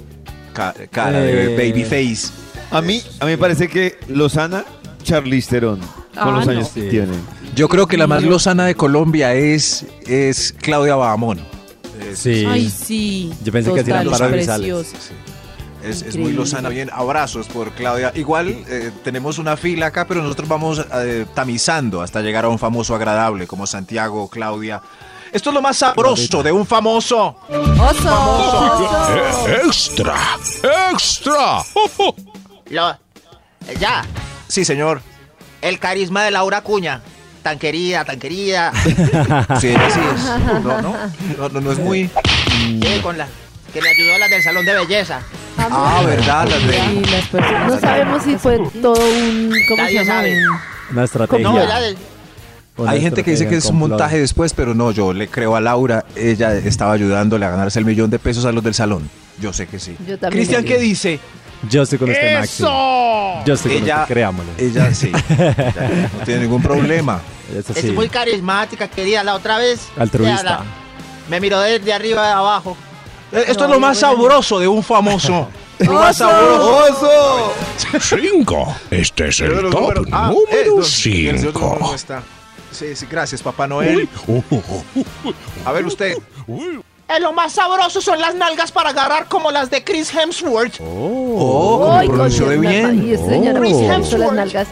Speaker 3: Ca- cara de
Speaker 6: Eh.
Speaker 3: baby face.
Speaker 2: A mí, a mí me parece que Lozana, Charlize Theron, con
Speaker 7: Ah,
Speaker 2: los
Speaker 7: no.
Speaker 2: años que tiene.
Speaker 3: Yo creo que la más Lozana de Colombia es, es Claudia Bahamón.
Speaker 6: Sí.
Speaker 7: Ay, sí.
Speaker 6: Yo pensé que hacían
Speaker 7: Total,
Speaker 6: Amparo Grisales.
Speaker 7: precioso.
Speaker 3: Es, es muy
Speaker 7: Increíble.
Speaker 3: lozana, bien. Abrazos por Claudia. Igual eh, tenemos una fila acá, pero nosotros vamos eh, tamizando hasta llegar a un famoso agradable como Santiago, Claudia. Esto es lo más sabroso de un famoso.
Speaker 9: Extra. Extra.
Speaker 8: Lo- ya,
Speaker 3: Sí, señor.
Speaker 8: el carisma de Laura Cuña. Tan querida, tan querida.
Speaker 3: Sí, así es. No, no, no, no, no es muy.
Speaker 8: Sí, Eh, con la, que le ayudó a las del salón de belleza.
Speaker 3: Ah, verdad, las
Speaker 7: Y
Speaker 3: de.
Speaker 7: las personas.
Speaker 5: No sabemos si fue todo un. ¿Cómo se
Speaker 8: Nadie
Speaker 5: llama?
Speaker 8: sabe.
Speaker 6: Una estrategia.
Speaker 8: No, ya de-
Speaker 6: Una
Speaker 3: Hay gente que dice que
Speaker 6: estrategia,
Speaker 3: es un
Speaker 6: complot.
Speaker 3: montaje después, pero no, yo le creo a Laura. Ella estaba ayudándole a ganarse el millón de pesos a los del salón. Yo sé que sí.
Speaker 5: Yo también.
Speaker 3: Cristian, ¿qué dice?
Speaker 6: Yo estoy con este Maxi.
Speaker 8: ¡Eso!
Speaker 6: Yo estoy con
Speaker 3: Ella-
Speaker 6: este, creámoslo.
Speaker 3: Ella sí. Ella no tiene ningún problema.
Speaker 6: Eso
Speaker 8: Es
Speaker 6: sí.
Speaker 8: muy carismática, querida. La otra vez.
Speaker 6: Altruista.
Speaker 8: la- me miró desde arriba a abajo.
Speaker 3: Eh, Esto es lo más sabroso de un famoso. lo más sabroso.
Speaker 2: ¡Oso!
Speaker 9: 5. Este es
Speaker 3: Pero
Speaker 9: el
Speaker 3: los
Speaker 9: top
Speaker 3: números- ah,
Speaker 9: número
Speaker 3: eh, no, el otro número no
Speaker 9: 5.
Speaker 3: está. Sí, sí, gracias, Papá Noel. A ver usted.
Speaker 8: Eh, lo más sabroso son las nalgas para agarrar como las de Chris Hemsworth.
Speaker 3: Oh, como
Speaker 5: Ay,
Speaker 3: pronunció de
Speaker 5: coño,
Speaker 3: bien.
Speaker 5: Y es señora,
Speaker 6: Oh.
Speaker 5: me hizo las nalgas.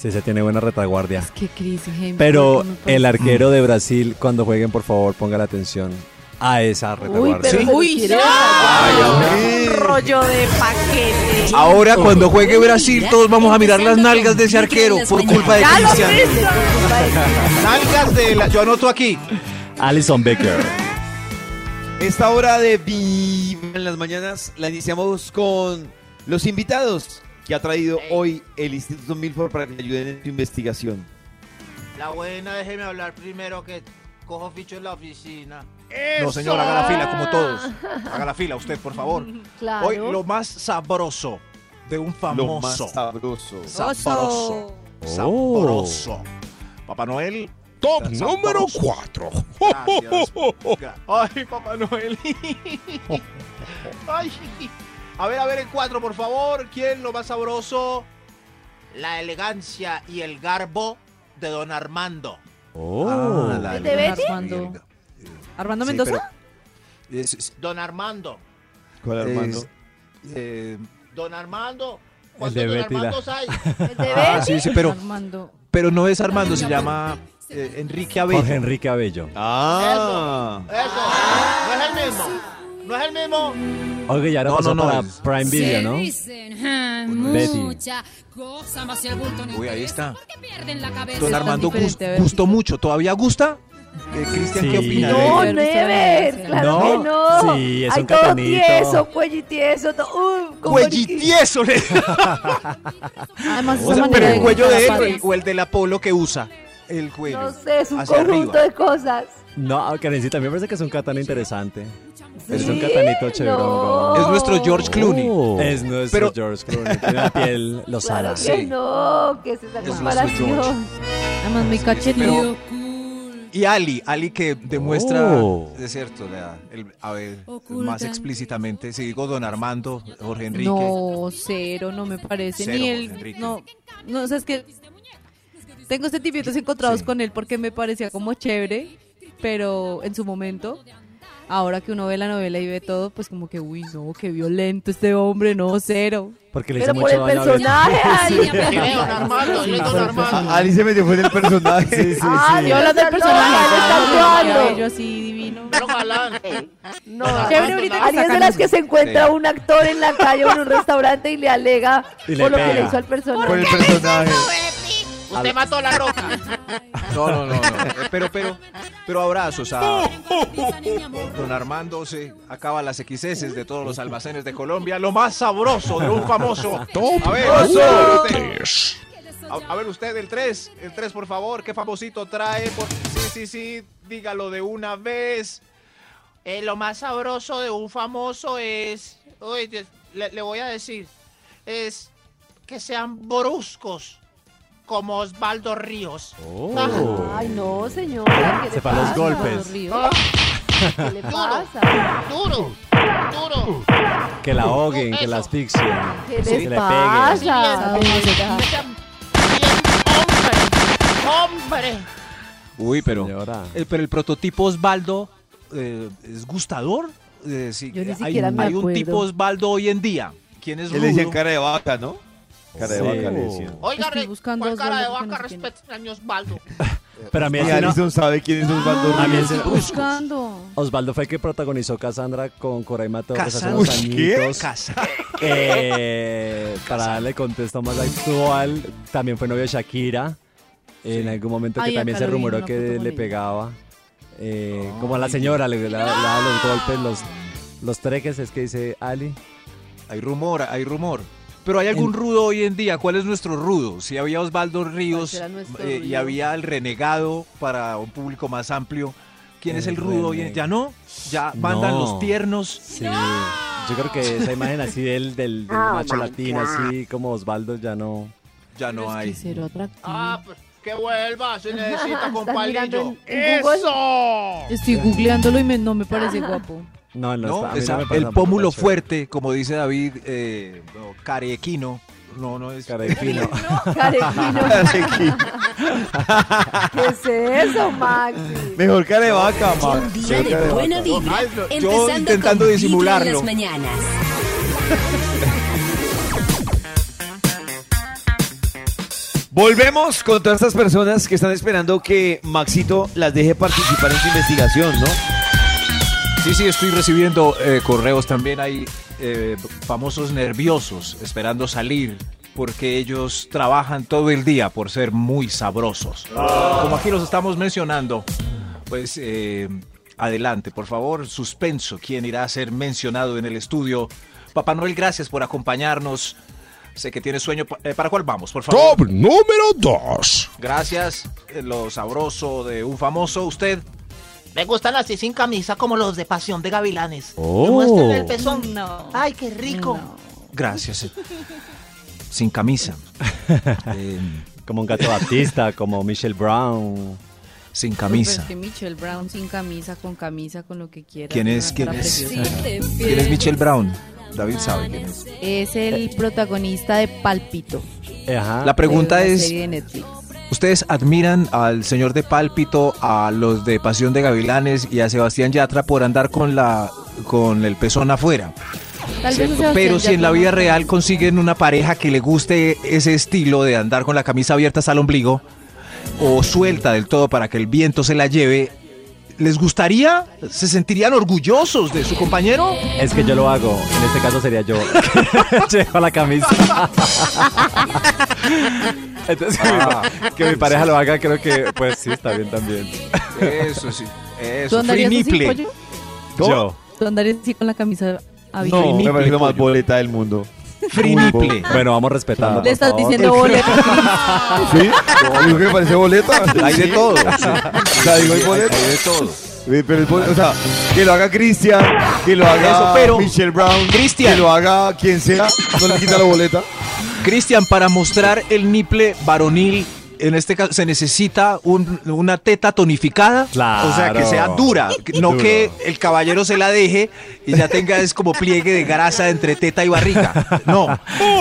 Speaker 6: Sí, se tiene buena retaguardia.
Speaker 7: Que Chris Hemsworth
Speaker 6: Pero
Speaker 7: no puede
Speaker 6: el arquero de Brasil, cuando jueguen, por favor, pongan atención a esa
Speaker 5: Uy,
Speaker 6: retaguardia.
Speaker 5: pero
Speaker 6: Sí.
Speaker 5: se los quiere dejar.
Speaker 3: Ay,
Speaker 5: Un rollo de paquete.
Speaker 3: Ahora cuando juegue Brasil todos vamos a mirar las nalgas de ese arquero por culpa de
Speaker 5: Ya lo
Speaker 3: Cristiano.
Speaker 5: visto.
Speaker 3: Nalgas de la... Yo anoto aquí.
Speaker 6: Alison Becker.
Speaker 2: Esta hora de Viva en las mañanas la iniciamos con los invitados que ha traído hoy el Instituto Milford para que te ayuden en tu investigación.
Speaker 14: La buena, déjeme hablar primero que cojo ficho en la oficina.
Speaker 3: No, señor, haga la fila como todos. Haga la fila usted, por favor.
Speaker 14: Claro.
Speaker 3: Hoy lo más sabroso de un
Speaker 2: Lo más
Speaker 3: famoso.
Speaker 2: sabroso.
Speaker 3: Sabroso.
Speaker 9: Oh.
Speaker 3: Sabroso. Papá Noel.
Speaker 9: Top
Speaker 3: sabroso.
Speaker 9: número 4.
Speaker 3: Gracias. Gra- Ay, Papá Noel. Ay. A ver, a ver, el cuatro, por favor. ¿Quién lo más sabroso?
Speaker 14: La elegancia y el garbo de don Armando.
Speaker 6: Oh.
Speaker 3: Ah, la-
Speaker 7: ¿De Betty?
Speaker 14: Armando.
Speaker 7: ¿Armando
Speaker 3: Sí,
Speaker 7: Mendoza?
Speaker 3: pero- es- es-
Speaker 14: Don Armando.
Speaker 2: ¿Cuál Armando?
Speaker 3: es- eh,
Speaker 14: Don Armando.
Speaker 3: El de
Speaker 14: ¿Cuántos don
Speaker 3: Betty, la-
Speaker 14: Armandos hay? El
Speaker 3: Ah, sí, sí, pero,
Speaker 7: Armando.
Speaker 3: pero no es Armando, se llama eh, Enrique Abello.
Speaker 6: Jorge Enrique Abello.
Speaker 2: Ah.
Speaker 14: Eso. No es el mismo. No es el mismo.
Speaker 6: Oye, y ahora
Speaker 3: No,
Speaker 6: pasó
Speaker 3: no, no,
Speaker 6: para
Speaker 3: es-
Speaker 6: Prime Video, ¿no? Betty.
Speaker 3: Uy, ahí está.
Speaker 5: Es
Speaker 3: Don
Speaker 5: tan
Speaker 3: Armando gus-
Speaker 5: diferente a Betty.
Speaker 3: gustó mucho. ¿Todavía gusta? Eh, Cristian, ¿qué
Speaker 6: Sí.
Speaker 3: opina? de
Speaker 5: No,
Speaker 3: él?
Speaker 5: never, claro
Speaker 3: No,
Speaker 5: que no.
Speaker 3: sí, es
Speaker 5: Ay,
Speaker 3: un
Speaker 5: todo
Speaker 3: catanito.
Speaker 5: tieso, cuello y tieso, todo, uh, como
Speaker 3: Cuellitieso. le-
Speaker 7: Además,
Speaker 3: O
Speaker 7: esa
Speaker 3: sea,
Speaker 7: manera
Speaker 3: pero el cuello de
Speaker 7: tapar-
Speaker 3: él o el del Apolo que usa. El cuello.
Speaker 5: No sé, es un
Speaker 3: hacia
Speaker 5: conjunto
Speaker 3: arriba.
Speaker 5: de cosas.
Speaker 6: No, ah, Karencita, a mí me parece que es un catán interesante. Es un
Speaker 5: Sí,
Speaker 6: catanito chévere.
Speaker 3: Es nuestro George Clooney.
Speaker 6: Es nuestro George Clooney. Tiene la piel lozana.
Speaker 5: Claro que no, que es esa
Speaker 3: Es nuestro
Speaker 5: comparación.
Speaker 7: Además, muy cachetudo.
Speaker 3: Y Ali, Ali que Eh, demuestra,
Speaker 6: Oh.
Speaker 3: es cierto, la- el- a ver, más explícitamente, si digo Don Armando, Jorge Enrique,
Speaker 7: No, cero, no me parece.
Speaker 3: Cero,
Speaker 7: Ni
Speaker 3: Juan
Speaker 7: él.
Speaker 3: Enrique.
Speaker 7: No, no, o sea, es que tengo sentimientos encontrados con él porque me parecía como chévere, pero en su momento. Ahora que uno ve la novela y ve todo, pues como que, uy, no, qué violento este hombre, no, cero.
Speaker 6: Porque le hizo
Speaker 5: Pero por
Speaker 6: mucho
Speaker 5: el
Speaker 6: daño a Betty.
Speaker 5: personaje, Ali.
Speaker 14: Don Armando, él es don Armando.
Speaker 2: Ali Ah, se metió en el personaje. Ah, sí, sí,
Speaker 6: Ah,
Speaker 5: Ali,
Speaker 7: Yo hablando del
Speaker 5: no,
Speaker 7: personaje,
Speaker 5: Ali está
Speaker 7: claro,
Speaker 5: actuando.
Speaker 7: cabello así divino.
Speaker 14: Pero galán.
Speaker 5: No,
Speaker 7: Chévere ahorita que
Speaker 5: Ali es de
Speaker 7: sacan
Speaker 5: las
Speaker 7: eso.
Speaker 5: que se encuentra un actor en la calle o en un restaurante y le alega
Speaker 6: Y le
Speaker 5: por lo que
Speaker 6: pega.
Speaker 5: le hizo al personaje.
Speaker 2: Por el personaje.
Speaker 14: Usted mató a la roca.
Speaker 3: no, no, no, no, eh, pero, pero, pero abrazos a Don Armando, se acaba las XS de todos los almacenes de Colombia, lo más sabroso de un famoso. A ver, usted, a, a ver usted, el 3, el 3 por favor, qué famosito trae, por- sí, sí, sí, dígalo de una vez.
Speaker 14: Eh, lo más sabroso de un famoso es. Uy, Dios, le, le voy a decir. Es que sean bruscos. Como Osvaldo Ríos.
Speaker 6: Oh.
Speaker 5: Ay, no, señora. ¿qué le
Speaker 6: Se para los
Speaker 5: pasa?
Speaker 6: golpes.
Speaker 14: Ah,
Speaker 5: ¿Qué le
Speaker 3: Oh.
Speaker 5: pasa?
Speaker 14: duro, duro.
Speaker 6: Que la ahoguen, que la asfixien.
Speaker 5: ¿Qué
Speaker 6: Que
Speaker 5: les
Speaker 6: le
Speaker 5: pasa?
Speaker 6: peguen.
Speaker 5: de verdad?
Speaker 14: Sean bien hombre. Hombre.
Speaker 3: Uy, pero,
Speaker 6: Señora.
Speaker 3: eh, pero el prototipo Osvaldo eh, es gustador. Eh, sí,
Speaker 5: Yo ni
Speaker 3: eh, hay,
Speaker 5: siquiera me
Speaker 3: hay un
Speaker 5: acuerdo.
Speaker 3: tipo Osvaldo hoy en día. ¿Quién es
Speaker 2: Que le decían
Speaker 3: rudo?
Speaker 2: cara de vaca, ¿no? Cara de
Speaker 6: Sí.
Speaker 2: vaca le decían.
Speaker 14: Oiga,
Speaker 7: Estoy
Speaker 14: re-
Speaker 7: buscando
Speaker 14: ¿cuál
Speaker 7: a
Speaker 14: cara de
Speaker 7: Osvaldo que
Speaker 14: vaca
Speaker 7: no tiene.
Speaker 14: respeta a mi Osvaldo?
Speaker 6: Pero a mí
Speaker 2: Y
Speaker 6: es una-
Speaker 2: Alison sabe quién es Osvaldo
Speaker 6: A mí
Speaker 2: Ríos.
Speaker 6: es una-
Speaker 7: Buscando.
Speaker 6: Osvaldo fue el que protagonizó Cassandra con Coraima Torres hace
Speaker 3: Cassandra.
Speaker 6: unos
Speaker 2: Uy, ¿qué?
Speaker 6: añitos. Eh, para darle contexto más actual, también fue novio de Shakira. En algún momento que
Speaker 7: Ay,
Speaker 6: también
Speaker 7: acá
Speaker 6: se
Speaker 7: lo vi,
Speaker 6: rumoró
Speaker 7: una
Speaker 6: que
Speaker 7: foto
Speaker 6: le
Speaker 7: con él.
Speaker 6: pegaba. eh, como a la señora, le le- le daba los golpes, los, los treques, es que dice Ali.
Speaker 3: Hay rumor, hay rumor. Pero hay algún rudo hoy en día. ¿Cuál es nuestro rudo? Si había Osvaldo Ríos
Speaker 5: será nuestro
Speaker 3: eh, y
Speaker 5: rudo?
Speaker 3: había el renegado para un público más amplio. ¿Quién es
Speaker 6: El
Speaker 3: el rudo hoy en
Speaker 6: renegado.
Speaker 3: ¿Ya no? ¿Ya mandan
Speaker 6: No.
Speaker 3: los tiernos?
Speaker 6: Sí. Yo creo que esa imagen así del, del,
Speaker 7: Ah,
Speaker 6: del
Speaker 7: oh
Speaker 6: macho latino, así como Osvaldo, ya no.
Speaker 3: Ya no hay.
Speaker 7: Cero atractivo.
Speaker 14: Ah, pues, que vuelva, se necesita
Speaker 5: Está
Speaker 14: con
Speaker 5: mirando
Speaker 14: palillo.
Speaker 5: en- en Google.
Speaker 14: ¡Eso!
Speaker 7: Estoy googleándolo y me- no me parece guapo.
Speaker 6: No, no,
Speaker 3: No,
Speaker 6: está- a mí
Speaker 3: esa-
Speaker 6: no me parece
Speaker 3: el
Speaker 6: tampoco
Speaker 3: pómulo
Speaker 6: chévere.
Speaker 3: fuerte, como dice David eh, no, Carequino. No, no es.
Speaker 6: Carequino.
Speaker 5: Carequino. ¿Qué es eso, Maxi?
Speaker 2: Mejor cara de vaca,
Speaker 1: Un
Speaker 2: Max.
Speaker 1: día de buena vibra.
Speaker 3: Ay, no, yo
Speaker 1: empezando con
Speaker 3: intentando
Speaker 1: Vibra en
Speaker 3: disimularlo.
Speaker 1: las mañanas.
Speaker 2: Volvemos con todas estas personas que están esperando que Maxito las deje participar en su investigación, ¿no?
Speaker 3: Sí, sí, estoy recibiendo eh, correos también. Hay eh, famosos nerviosos esperando salir porque ellos trabajan todo el día por ser muy sabrosos. Como aquí los estamos mencionando, pues eh, adelante, por favor, suspenso, quién irá a ser mencionado en el estudio. Papá Noel, gracias por acompañarnos. Sé que tiene sueño. pa- eh, ¿Para cuál vamos, por favor?
Speaker 9: Top número 2.
Speaker 3: Gracias, eh, lo sabroso de un famoso. Usted,
Speaker 14: Me gustan así sin camisa como los de Pasión de Gavilanes.
Speaker 3: Oh.
Speaker 14: Que muestren el pezón. Ay, qué rico.
Speaker 3: gracias. eh. Sin camisa. Em,
Speaker 6: como un gato Batista, como Michelle Brown.
Speaker 3: Sin
Speaker 7: Pero es que Michelle Brown sin camisa, con camisa, con lo que quiera.
Speaker 3: ¿Quién es?
Speaker 7: una
Speaker 3: ¿Quién
Speaker 7: cara
Speaker 3: es?
Speaker 7: preciosa.
Speaker 3: ¿Quién es Michelle Brown? David sabe quién es.
Speaker 7: Es el protagonista de Palpito.
Speaker 3: La pregunta
Speaker 7: de una
Speaker 3: es,
Speaker 7: serie de Netflix.
Speaker 3: ¿ustedes admiran al señor de Pálpito, a los de Pasión de Gavilanes y a Sebastián Yatra por andar con la con el pezón afuera?
Speaker 7: Tal vez
Speaker 3: ¿Cierto?
Speaker 7: a Sebastián
Speaker 3: Pero si en la
Speaker 7: Yatra
Speaker 3: vida
Speaker 7: no.
Speaker 3: real consiguen una pareja que le guste ese estilo de andar con la camisa abierta hasta el ombligo o suelta del todo para que el viento se la lleve, ¿les gustaría? ¿Se sentirían orgullosos de su compañero?
Speaker 6: Es que yo lo hago. En este caso sería yo. Llevo la camisa. Entonces,
Speaker 3: Ah.
Speaker 6: que mi pareja lo haga, creo que, pues sí, está bien también.
Speaker 3: Eso sí.
Speaker 7: ¿Tú
Speaker 3: Eso.
Speaker 7: andarías
Speaker 3: Free
Speaker 7: así,
Speaker 3: nipple.
Speaker 7: pollo?
Speaker 6: Yo.
Speaker 7: ¿Tú andarías así con la camisa abierta?
Speaker 2: No, me parece lo más boleta del mundo.
Speaker 3: Free
Speaker 2: nipple.
Speaker 6: Bueno, vamos respetando.
Speaker 7: Le estás diciendo boleta.
Speaker 2: Sí, no, digo que me parece boleta.
Speaker 3: Hay de todo.
Speaker 2: O sea, digo, hay boleta.
Speaker 3: Hay de todo.
Speaker 2: Eh, Pero el bol- o sea, que lo haga Cristian, que lo haga
Speaker 3: Eso, pero-
Speaker 2: Michelle Brown,
Speaker 3: Cristian.
Speaker 2: que lo haga quien sea, no le quita la boleta.
Speaker 3: Cristian, para mostrar el niple varonil, en este caso se necesita un- una teta tonificada,
Speaker 6: Claro.
Speaker 3: o sea, que sea dura, que- no
Speaker 6: Duro.
Speaker 3: que el caballero se la deje y ya tenga es como pliegue de grasa entre teta y barriga. No,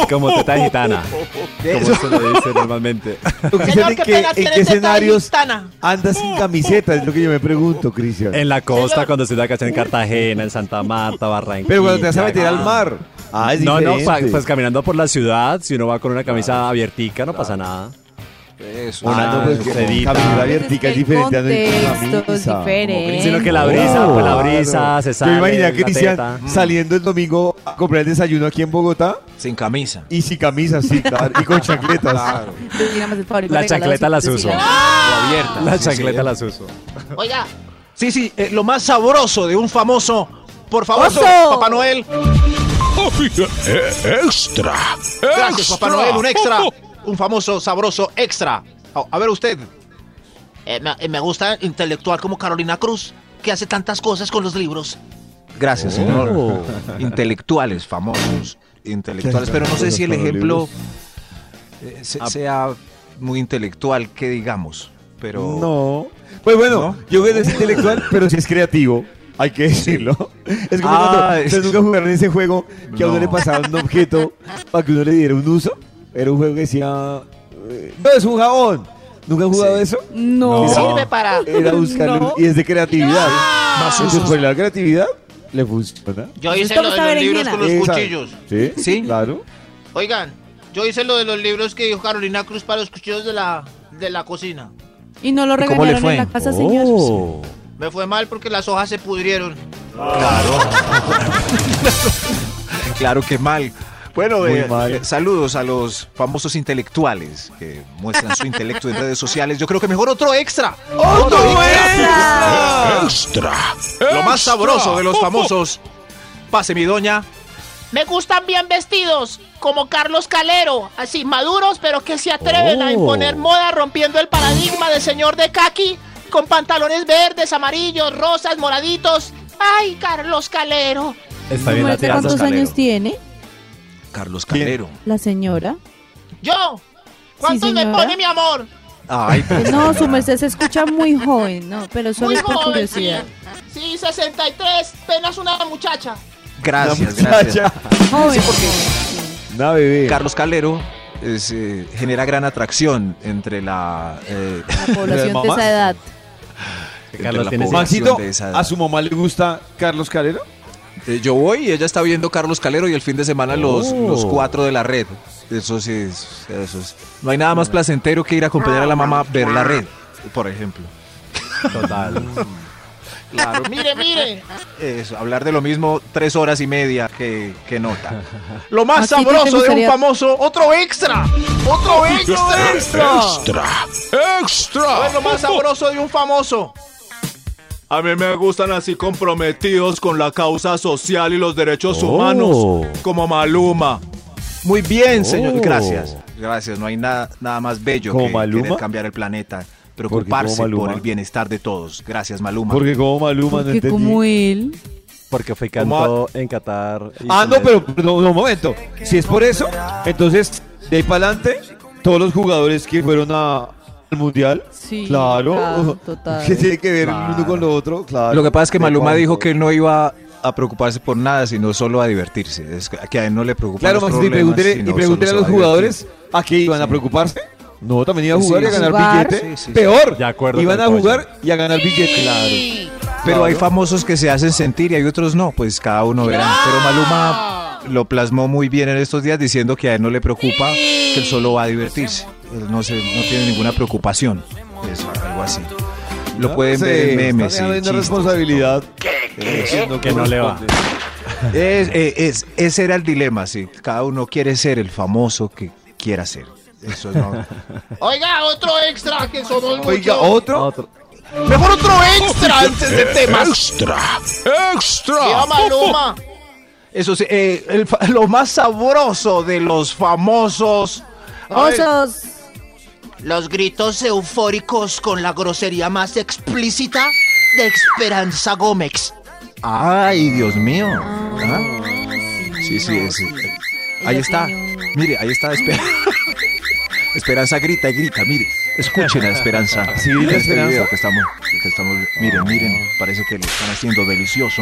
Speaker 6: Como teta gitana. Como se le dice normalmente.
Speaker 14: Señor,
Speaker 2: ¿En
Speaker 14: qué
Speaker 2: qué-
Speaker 14: pena tiene
Speaker 2: ¿En qué
Speaker 14: esta
Speaker 2: escenarios
Speaker 14: gitana.
Speaker 2: anda sin camiseta? Es lo que yo me pregunto, Cristian.
Speaker 6: En la costa, cuando se da cacha en Cartagena, en Santa Marta, Barranquilla.
Speaker 2: Pero cuando te vas a meter al mar. Ah, es
Speaker 6: no, no,
Speaker 2: diferente.
Speaker 6: pa- pues caminando por la ciudad, si uno va con una camisa abiertica, no pasa nada.
Speaker 3: eso.
Speaker 2: Ah, no, pues que
Speaker 6: sedita.
Speaker 2: caminar abiertica es
Speaker 7: El
Speaker 2: diferente. anda en
Speaker 7: contexto es
Speaker 2: camisa.
Speaker 7: diferente.
Speaker 6: Sino que la brisa, pues la brisa, se
Speaker 2: Yo
Speaker 6: sale.
Speaker 2: me imaginé a
Speaker 6: la
Speaker 2: Cristian Mm.
Speaker 6: teta.
Speaker 2: saliendo el domingo a comprar el desayuno aquí en Bogotá
Speaker 3: sin camisa.
Speaker 2: y sin camisas, sí, claro, y con chancletas.
Speaker 6: La chancleta las uso.
Speaker 14: Ah.
Speaker 3: O abierta.
Speaker 6: La
Speaker 3: sí, sí.
Speaker 6: chancleta las uso.
Speaker 14: Oiga,
Speaker 3: Sí, sí, eh, lo más sabroso de un famoso, por favor,
Speaker 14: Oso.
Speaker 3: Papá Noel.
Speaker 9: extra.
Speaker 3: Gracias, Papá Noel, un extra, un famoso sabroso extra.
Speaker 14: Oh,
Speaker 3: A- A ver usted.
Speaker 14: eh, me, eh, me gusta intelectual como Carolina Cruz, que hace tantas cosas con los libros.
Speaker 3: Gracias, señor.
Speaker 2: ¡Oh!
Speaker 3: Intelectuales, famosos. Intelectuales. Pero no sé si el ejemplo eh, se-
Speaker 2: Ah.
Speaker 3: sea muy intelectual, que digamos. Pero.
Speaker 2: No. Pues bueno, yo creo que es intelectual, pero sí es creativo. Hay que decirlo. Es como
Speaker 3: Ah,
Speaker 2: cuando
Speaker 3: es-
Speaker 2: ustedes nunca jugaron ese juego que a uno
Speaker 3: No.
Speaker 2: le pasaban un objeto para que uno le diera un uso. Era un juego que decía. eh, No, es un jabón. ¿Nunca han jugado eso?
Speaker 7: No.
Speaker 14: Me
Speaker 2: No.
Speaker 14: Sirve para.
Speaker 2: Era buscar. un-
Speaker 7: No.
Speaker 2: Y es de creatividad.
Speaker 3: Más
Speaker 2: Entonces,
Speaker 3: usos.
Speaker 2: por la creatividad, le funciona.
Speaker 14: Yo hice
Speaker 7: Estamos
Speaker 14: lo de
Speaker 7: a
Speaker 14: los libros
Speaker 7: berenjena.
Speaker 14: con los
Speaker 2: Esa-
Speaker 14: cuchillos.
Speaker 2: Sí,
Speaker 3: Sí.
Speaker 2: Claro.
Speaker 14: Oigan, yo hice lo de los libros que dijo Carolina Cruz para los cuchillos de la, de la cocina.
Speaker 7: Y no lo
Speaker 3: ¿Y cómo le
Speaker 7: regañaron en la
Speaker 3: fue? Oh.
Speaker 7: casa, señor.
Speaker 2: ¡Oh!
Speaker 14: Me fue mal porque las hojas se pudrieron.
Speaker 3: Claro que mal. Bueno,
Speaker 2: Muy
Speaker 3: eh,
Speaker 2: mal.
Speaker 3: eh, saludos a los famosos intelectuales que muestran su intelecto en redes sociales. Yo creo que mejor otro extra. ¡Otro extra!
Speaker 9: Extra.
Speaker 3: Lo más sabroso de los famosos. Pase mi doña.
Speaker 8: Me gustan bien vestidos, como Carlos Calero, así maduros, pero que se atreven
Speaker 2: Oh.
Speaker 8: a
Speaker 6: Oh.
Speaker 8: imponer moda rompiendo el paradigma de señor de Kaki, con pantalones verdes, amarillos, rosas, moraditos. ¡Ay, Carlos Calero!
Speaker 6: Está
Speaker 7: ¿Su
Speaker 6: bien la
Speaker 7: muerte
Speaker 6: teta.
Speaker 7: cuántos
Speaker 3: Calero.
Speaker 7: años tiene
Speaker 3: Carlos Calero.
Speaker 7: la señora?
Speaker 8: Yo,
Speaker 7: Sí,
Speaker 8: ¿cuántos me
Speaker 7: señora.
Speaker 8: pone mi amor?
Speaker 3: Ay,
Speaker 7: Eh, No, su merced se escucha muy joven, no, pero solo
Speaker 8: Muy
Speaker 7: es por
Speaker 8: joven, sí.
Speaker 7: curiosidad.
Speaker 8: Sí, 63, apenas una muchacha.
Speaker 3: gracias,
Speaker 2: Una
Speaker 3: gracias.
Speaker 2: muchacha,
Speaker 7: Joven.
Speaker 2: Una bebé.
Speaker 3: Carlos Calero es, eh, genera gran atracción entre la, eh,
Speaker 7: La población de
Speaker 2: mamás?
Speaker 7: esa edad.
Speaker 3: entre
Speaker 6: Carlos
Speaker 3: la
Speaker 6: tiene
Speaker 3: población
Speaker 2: Maxito,
Speaker 3: de esa edad.
Speaker 2: ¿a su mamá le gusta Carlos Calero?
Speaker 3: Eh, yo voy y ella está viendo Carlos Calero y el fin de semana los, los cuatro de la red. Eso sí, es- eso es. No hay nada más placentero que ir a acompañar a la mamá a ver la red, por ejemplo.
Speaker 6: Total.
Speaker 3: Claro.
Speaker 8: Mire, mire.
Speaker 3: Eso, hablar de lo mismo tres horas y media que, que nota.
Speaker 14: Lo más
Speaker 3: ¿A ti qué te
Speaker 14: sabroso de un
Speaker 3: gustaría?
Speaker 14: famoso, otro extra. Otro extra.
Speaker 9: Extra. Extra.
Speaker 14: Bueno, lo más sabroso de un famoso.
Speaker 4: A mí me gustan así comprometidos con la causa social y los derechos
Speaker 2: Oh.
Speaker 4: humanos, como Maluma.
Speaker 3: Muy bien, señor.
Speaker 4: Oh.
Speaker 3: Gracias. Gracias. No hay nada, nada más bello
Speaker 2: ¿Como
Speaker 3: que
Speaker 2: Maluma?
Speaker 3: querer cambiar el planeta. Preocuparse por
Speaker 2: Maluma?
Speaker 3: el bienestar de todos. Gracias, Maluma.
Speaker 2: Porque como Maluma no
Speaker 7: Que
Speaker 2: entendí.
Speaker 7: como él.
Speaker 6: Porque fue cantó en Qatar. y
Speaker 2: Ah, no,
Speaker 6: con
Speaker 2: pero no, no, un momento. Si es por eso, entonces, de ahí para adelante, todos los jugadores que fueron a- al Mundial.
Speaker 7: Sí,
Speaker 2: claro.
Speaker 7: claro, total.
Speaker 2: ¿Qué tiene que ver el uno con lo otro? Claro.
Speaker 3: Lo que pasa es que
Speaker 2: De
Speaker 3: Maluma
Speaker 2: cuando.
Speaker 3: dijo que no iba a preocuparse por nada, sino solo a divertirse. Es que que a él no le preocupa.
Speaker 2: Claro,
Speaker 3: los
Speaker 2: Max, y
Speaker 3: problemas,
Speaker 2: pregúntele,
Speaker 3: sino
Speaker 2: y pregúntele a
Speaker 3: solo
Speaker 2: los
Speaker 3: se va
Speaker 2: jugadores a qué iban a preocuparse. No, también iban a jugar
Speaker 3: Sí,
Speaker 2: y a ganar
Speaker 3: jugar.
Speaker 2: billete.
Speaker 3: Sí, sí, sí.
Speaker 2: Peor,
Speaker 3: De acuerdo
Speaker 2: iban
Speaker 3: con
Speaker 2: a
Speaker 3: el
Speaker 2: jugar y a ganar billete.
Speaker 3: Claro. Pero hay famosos que se hacen sentir y hay otros no, pues cada uno verá. Pero Maluma lo plasmó muy bien en estos días diciendo que a él no le preocupa, que él solo va a divertirse. Él no, se, no tiene ninguna preocupación. Eso, algo así. Lo pueden
Speaker 2: Ah, Sí,
Speaker 3: ver en
Speaker 2: está
Speaker 3: memes. y
Speaker 2: dejando
Speaker 3: chistes.
Speaker 2: responsabilidad.
Speaker 3: Diciendo Es, eh, es- ese era el dilema, sí. Cada uno quiere ser el famoso que quiera ser. Eso no.
Speaker 8: Oiga, otro extra que somos
Speaker 3: Oiga, oh,
Speaker 8: muchos.
Speaker 3: ¿otro?
Speaker 8: Mejor otro extra antes de temas.
Speaker 9: Extra. Extra.
Speaker 8: Lleva Maluma.
Speaker 3: Eso sí, eh, el fa- lo más sabroso de los famosos. A ver,
Speaker 8: Los gritos eufóricos con la grosería más explícita de Esperanza Gómez.
Speaker 3: Ay, Dios mío. ¿Ah? Sí, sí, es- Ahí
Speaker 8: Ella
Speaker 3: está. Mire, ahí está. Espe- Esperanza grita y grita, mire. Escuchen a Esperanza.
Speaker 2: Sí, grita
Speaker 3: Este
Speaker 2: Esperanza.
Speaker 3: video que estamos, que estamos- miren, miren. Parece que lo están haciendo delicioso.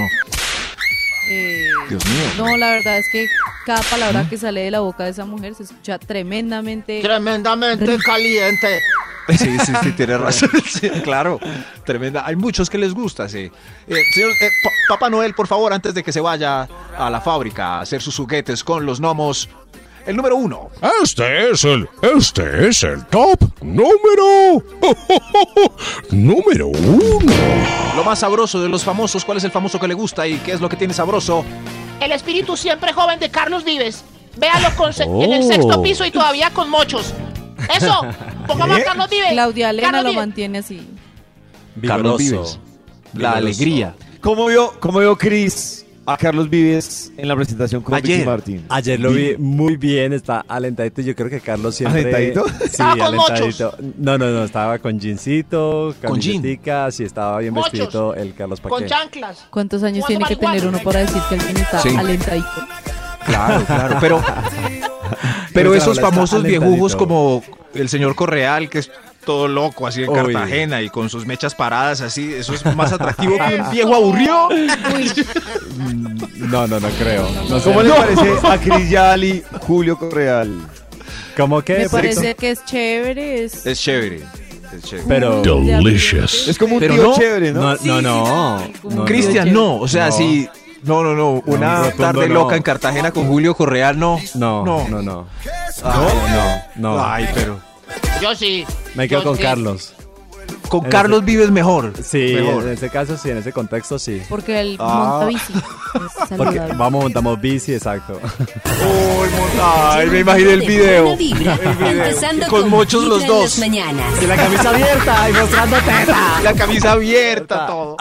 Speaker 7: Eh,
Speaker 3: Dios mío.
Speaker 7: No, la verdad es que cada palabra que sale de la boca de esa mujer se escucha tremendamente.
Speaker 8: Tremendamente caliente.
Speaker 3: Sí, sí, sí, tiene razón. Sí, claro, tremenda. Hay muchos que les gusta, sí. Eh, señor, eh, Pa- Papá Noel, por favor, antes de que se vaya a la fábrica a hacer sus juguetes con los gnomos, el número uno.
Speaker 9: Este es el, este es el top número, número uno.
Speaker 3: Lo más sabroso de los famosos, ¿cuál es el famoso que le gusta y qué es lo que tiene sabroso?
Speaker 8: El espíritu siempre joven de Carlos Vives. Véalo con se- en el
Speaker 3: Oh.
Speaker 8: sexto piso y todavía con mochos. Eso, pongamos a Carlos Vives.
Speaker 7: Claudia Elena
Speaker 8: Carlos
Speaker 7: lo
Speaker 8: Vives.
Speaker 7: mantiene así.
Speaker 3: Carlos Vives. La alegría.
Speaker 2: ¿Cómo vio, cómo vio Chris a Carlos Vives en la presentación con Ricky Martin?
Speaker 6: Ayer lo vi muy bien, está alentadito. Yo creo que Carlos siempre.
Speaker 2: ¿Alentadito?
Speaker 6: Sí,
Speaker 2: Estaba con
Speaker 6: alentadito. No, no, no, estaba con jeansito, camisetica, sí, estaba bien
Speaker 8: Mochos.
Speaker 6: vestido el Carlos Paquete.
Speaker 8: Con chanclas.
Speaker 7: ¿Cuántos años tiene que tener uno para decir que alguien está
Speaker 6: Sí.
Speaker 7: alentadito?
Speaker 3: Claro, claro, pero, pero
Speaker 6: Pero
Speaker 3: esos
Speaker 6: habla, está
Speaker 3: famosos
Speaker 6: alentadito.
Speaker 3: viejujos como el señor Correal, que es todo loco así en
Speaker 6: Uy.
Speaker 3: Cartagena y con sus mechas paradas así, eso es más atractivo que un viejo aburrido.
Speaker 6: No, no, no creo. No sé.
Speaker 2: ¿Cómo le parece a Chris Yali, Julio Correal?
Speaker 6: ¿Cómo que?
Speaker 7: Me
Speaker 6: Pero-
Speaker 7: parece que es chévere, es
Speaker 3: Es chévere. Es chévere.
Speaker 6: Pero.
Speaker 9: Delicious.
Speaker 2: Es como un
Speaker 6: Pero
Speaker 2: tío
Speaker 6: no.
Speaker 2: chévere, ¿no?
Speaker 6: No, no, no. no,
Speaker 3: Cristian, no, o sea, sí. No, no, no. Una
Speaker 6: rotundo
Speaker 3: tarde
Speaker 6: no.
Speaker 3: loca en Cartagena con Julio Correal, no.
Speaker 6: No,
Speaker 3: No.
Speaker 6: no, no. No,
Speaker 3: Ay,
Speaker 6: no. no.
Speaker 3: Ay, pero.
Speaker 8: Yo sí.
Speaker 6: Me quedo
Speaker 8: Yo
Speaker 6: con
Speaker 8: sí.
Speaker 6: Carlos.
Speaker 3: Con
Speaker 6: En
Speaker 3: Carlos
Speaker 6: ese-
Speaker 3: vives mejor.
Speaker 6: Sí,
Speaker 3: Mejor.
Speaker 6: en ese caso sí, en ese contexto sí.
Speaker 7: porque él
Speaker 6: Ah.
Speaker 7: monta bici. Es
Speaker 6: Porque
Speaker 7: saludable.
Speaker 6: vamos, montamos bici, exacto.
Speaker 3: Ay, me imaginé el video. El video.
Speaker 1: Empezando
Speaker 3: Con
Speaker 1: con
Speaker 3: muchos
Speaker 1: vibra
Speaker 3: los
Speaker 1: en las
Speaker 3: dos.
Speaker 1: mañanas.
Speaker 3: Y la camisa abierta,
Speaker 1: y mostrando
Speaker 3: La camisa abierta, todo.